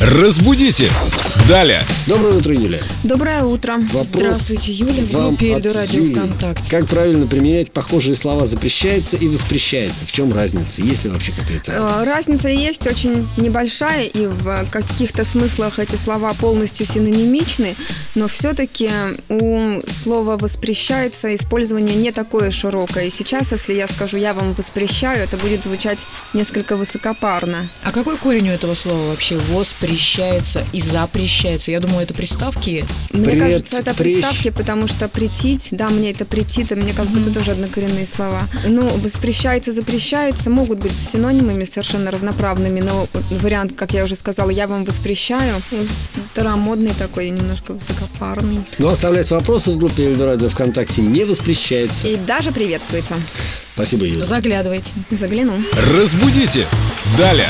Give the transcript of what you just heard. Разбудите! Далее. Доброе утро, Юля. Доброе утро. Вопрос Здравствуйте, Юля в Вам группе от Эльдо Радио Юли. ВКонтакте. Как правильно применять похожие слова «запрещается» и «воспрещается»? В чем разница? Есть ли вообще какая-то? Э, Разница есть очень небольшая, и в каких-то смыслах эти слова полностью синонимичны, но все-таки у слова «воспрещается» использование не такое широкое. И сейчас, если я скажу «я вам воспрещаю», это будет звучать несколько высокопарно. А какой корень у этого слова вообще? Воспрещается и запрещается. Я думаю, это приставки. Мне Пред- кажется, это прещ. приставки, потому что претить, да, мне это претит, и мне кажется, это тоже однокоренные слова. Ну, воспрещается, запрещается, могут быть синонимами совершенно равноправными, но вот вариант, как я уже сказала, я вам воспрещаю, ну, старомодный такой, немножко высокопарный. Но оставлять вопросы в группе Эльдорадио ВКонтакте не воспрещается. И даже приветствуется. Спасибо, Юля. Заглядывайте. Загляну. Разбудите! Далее.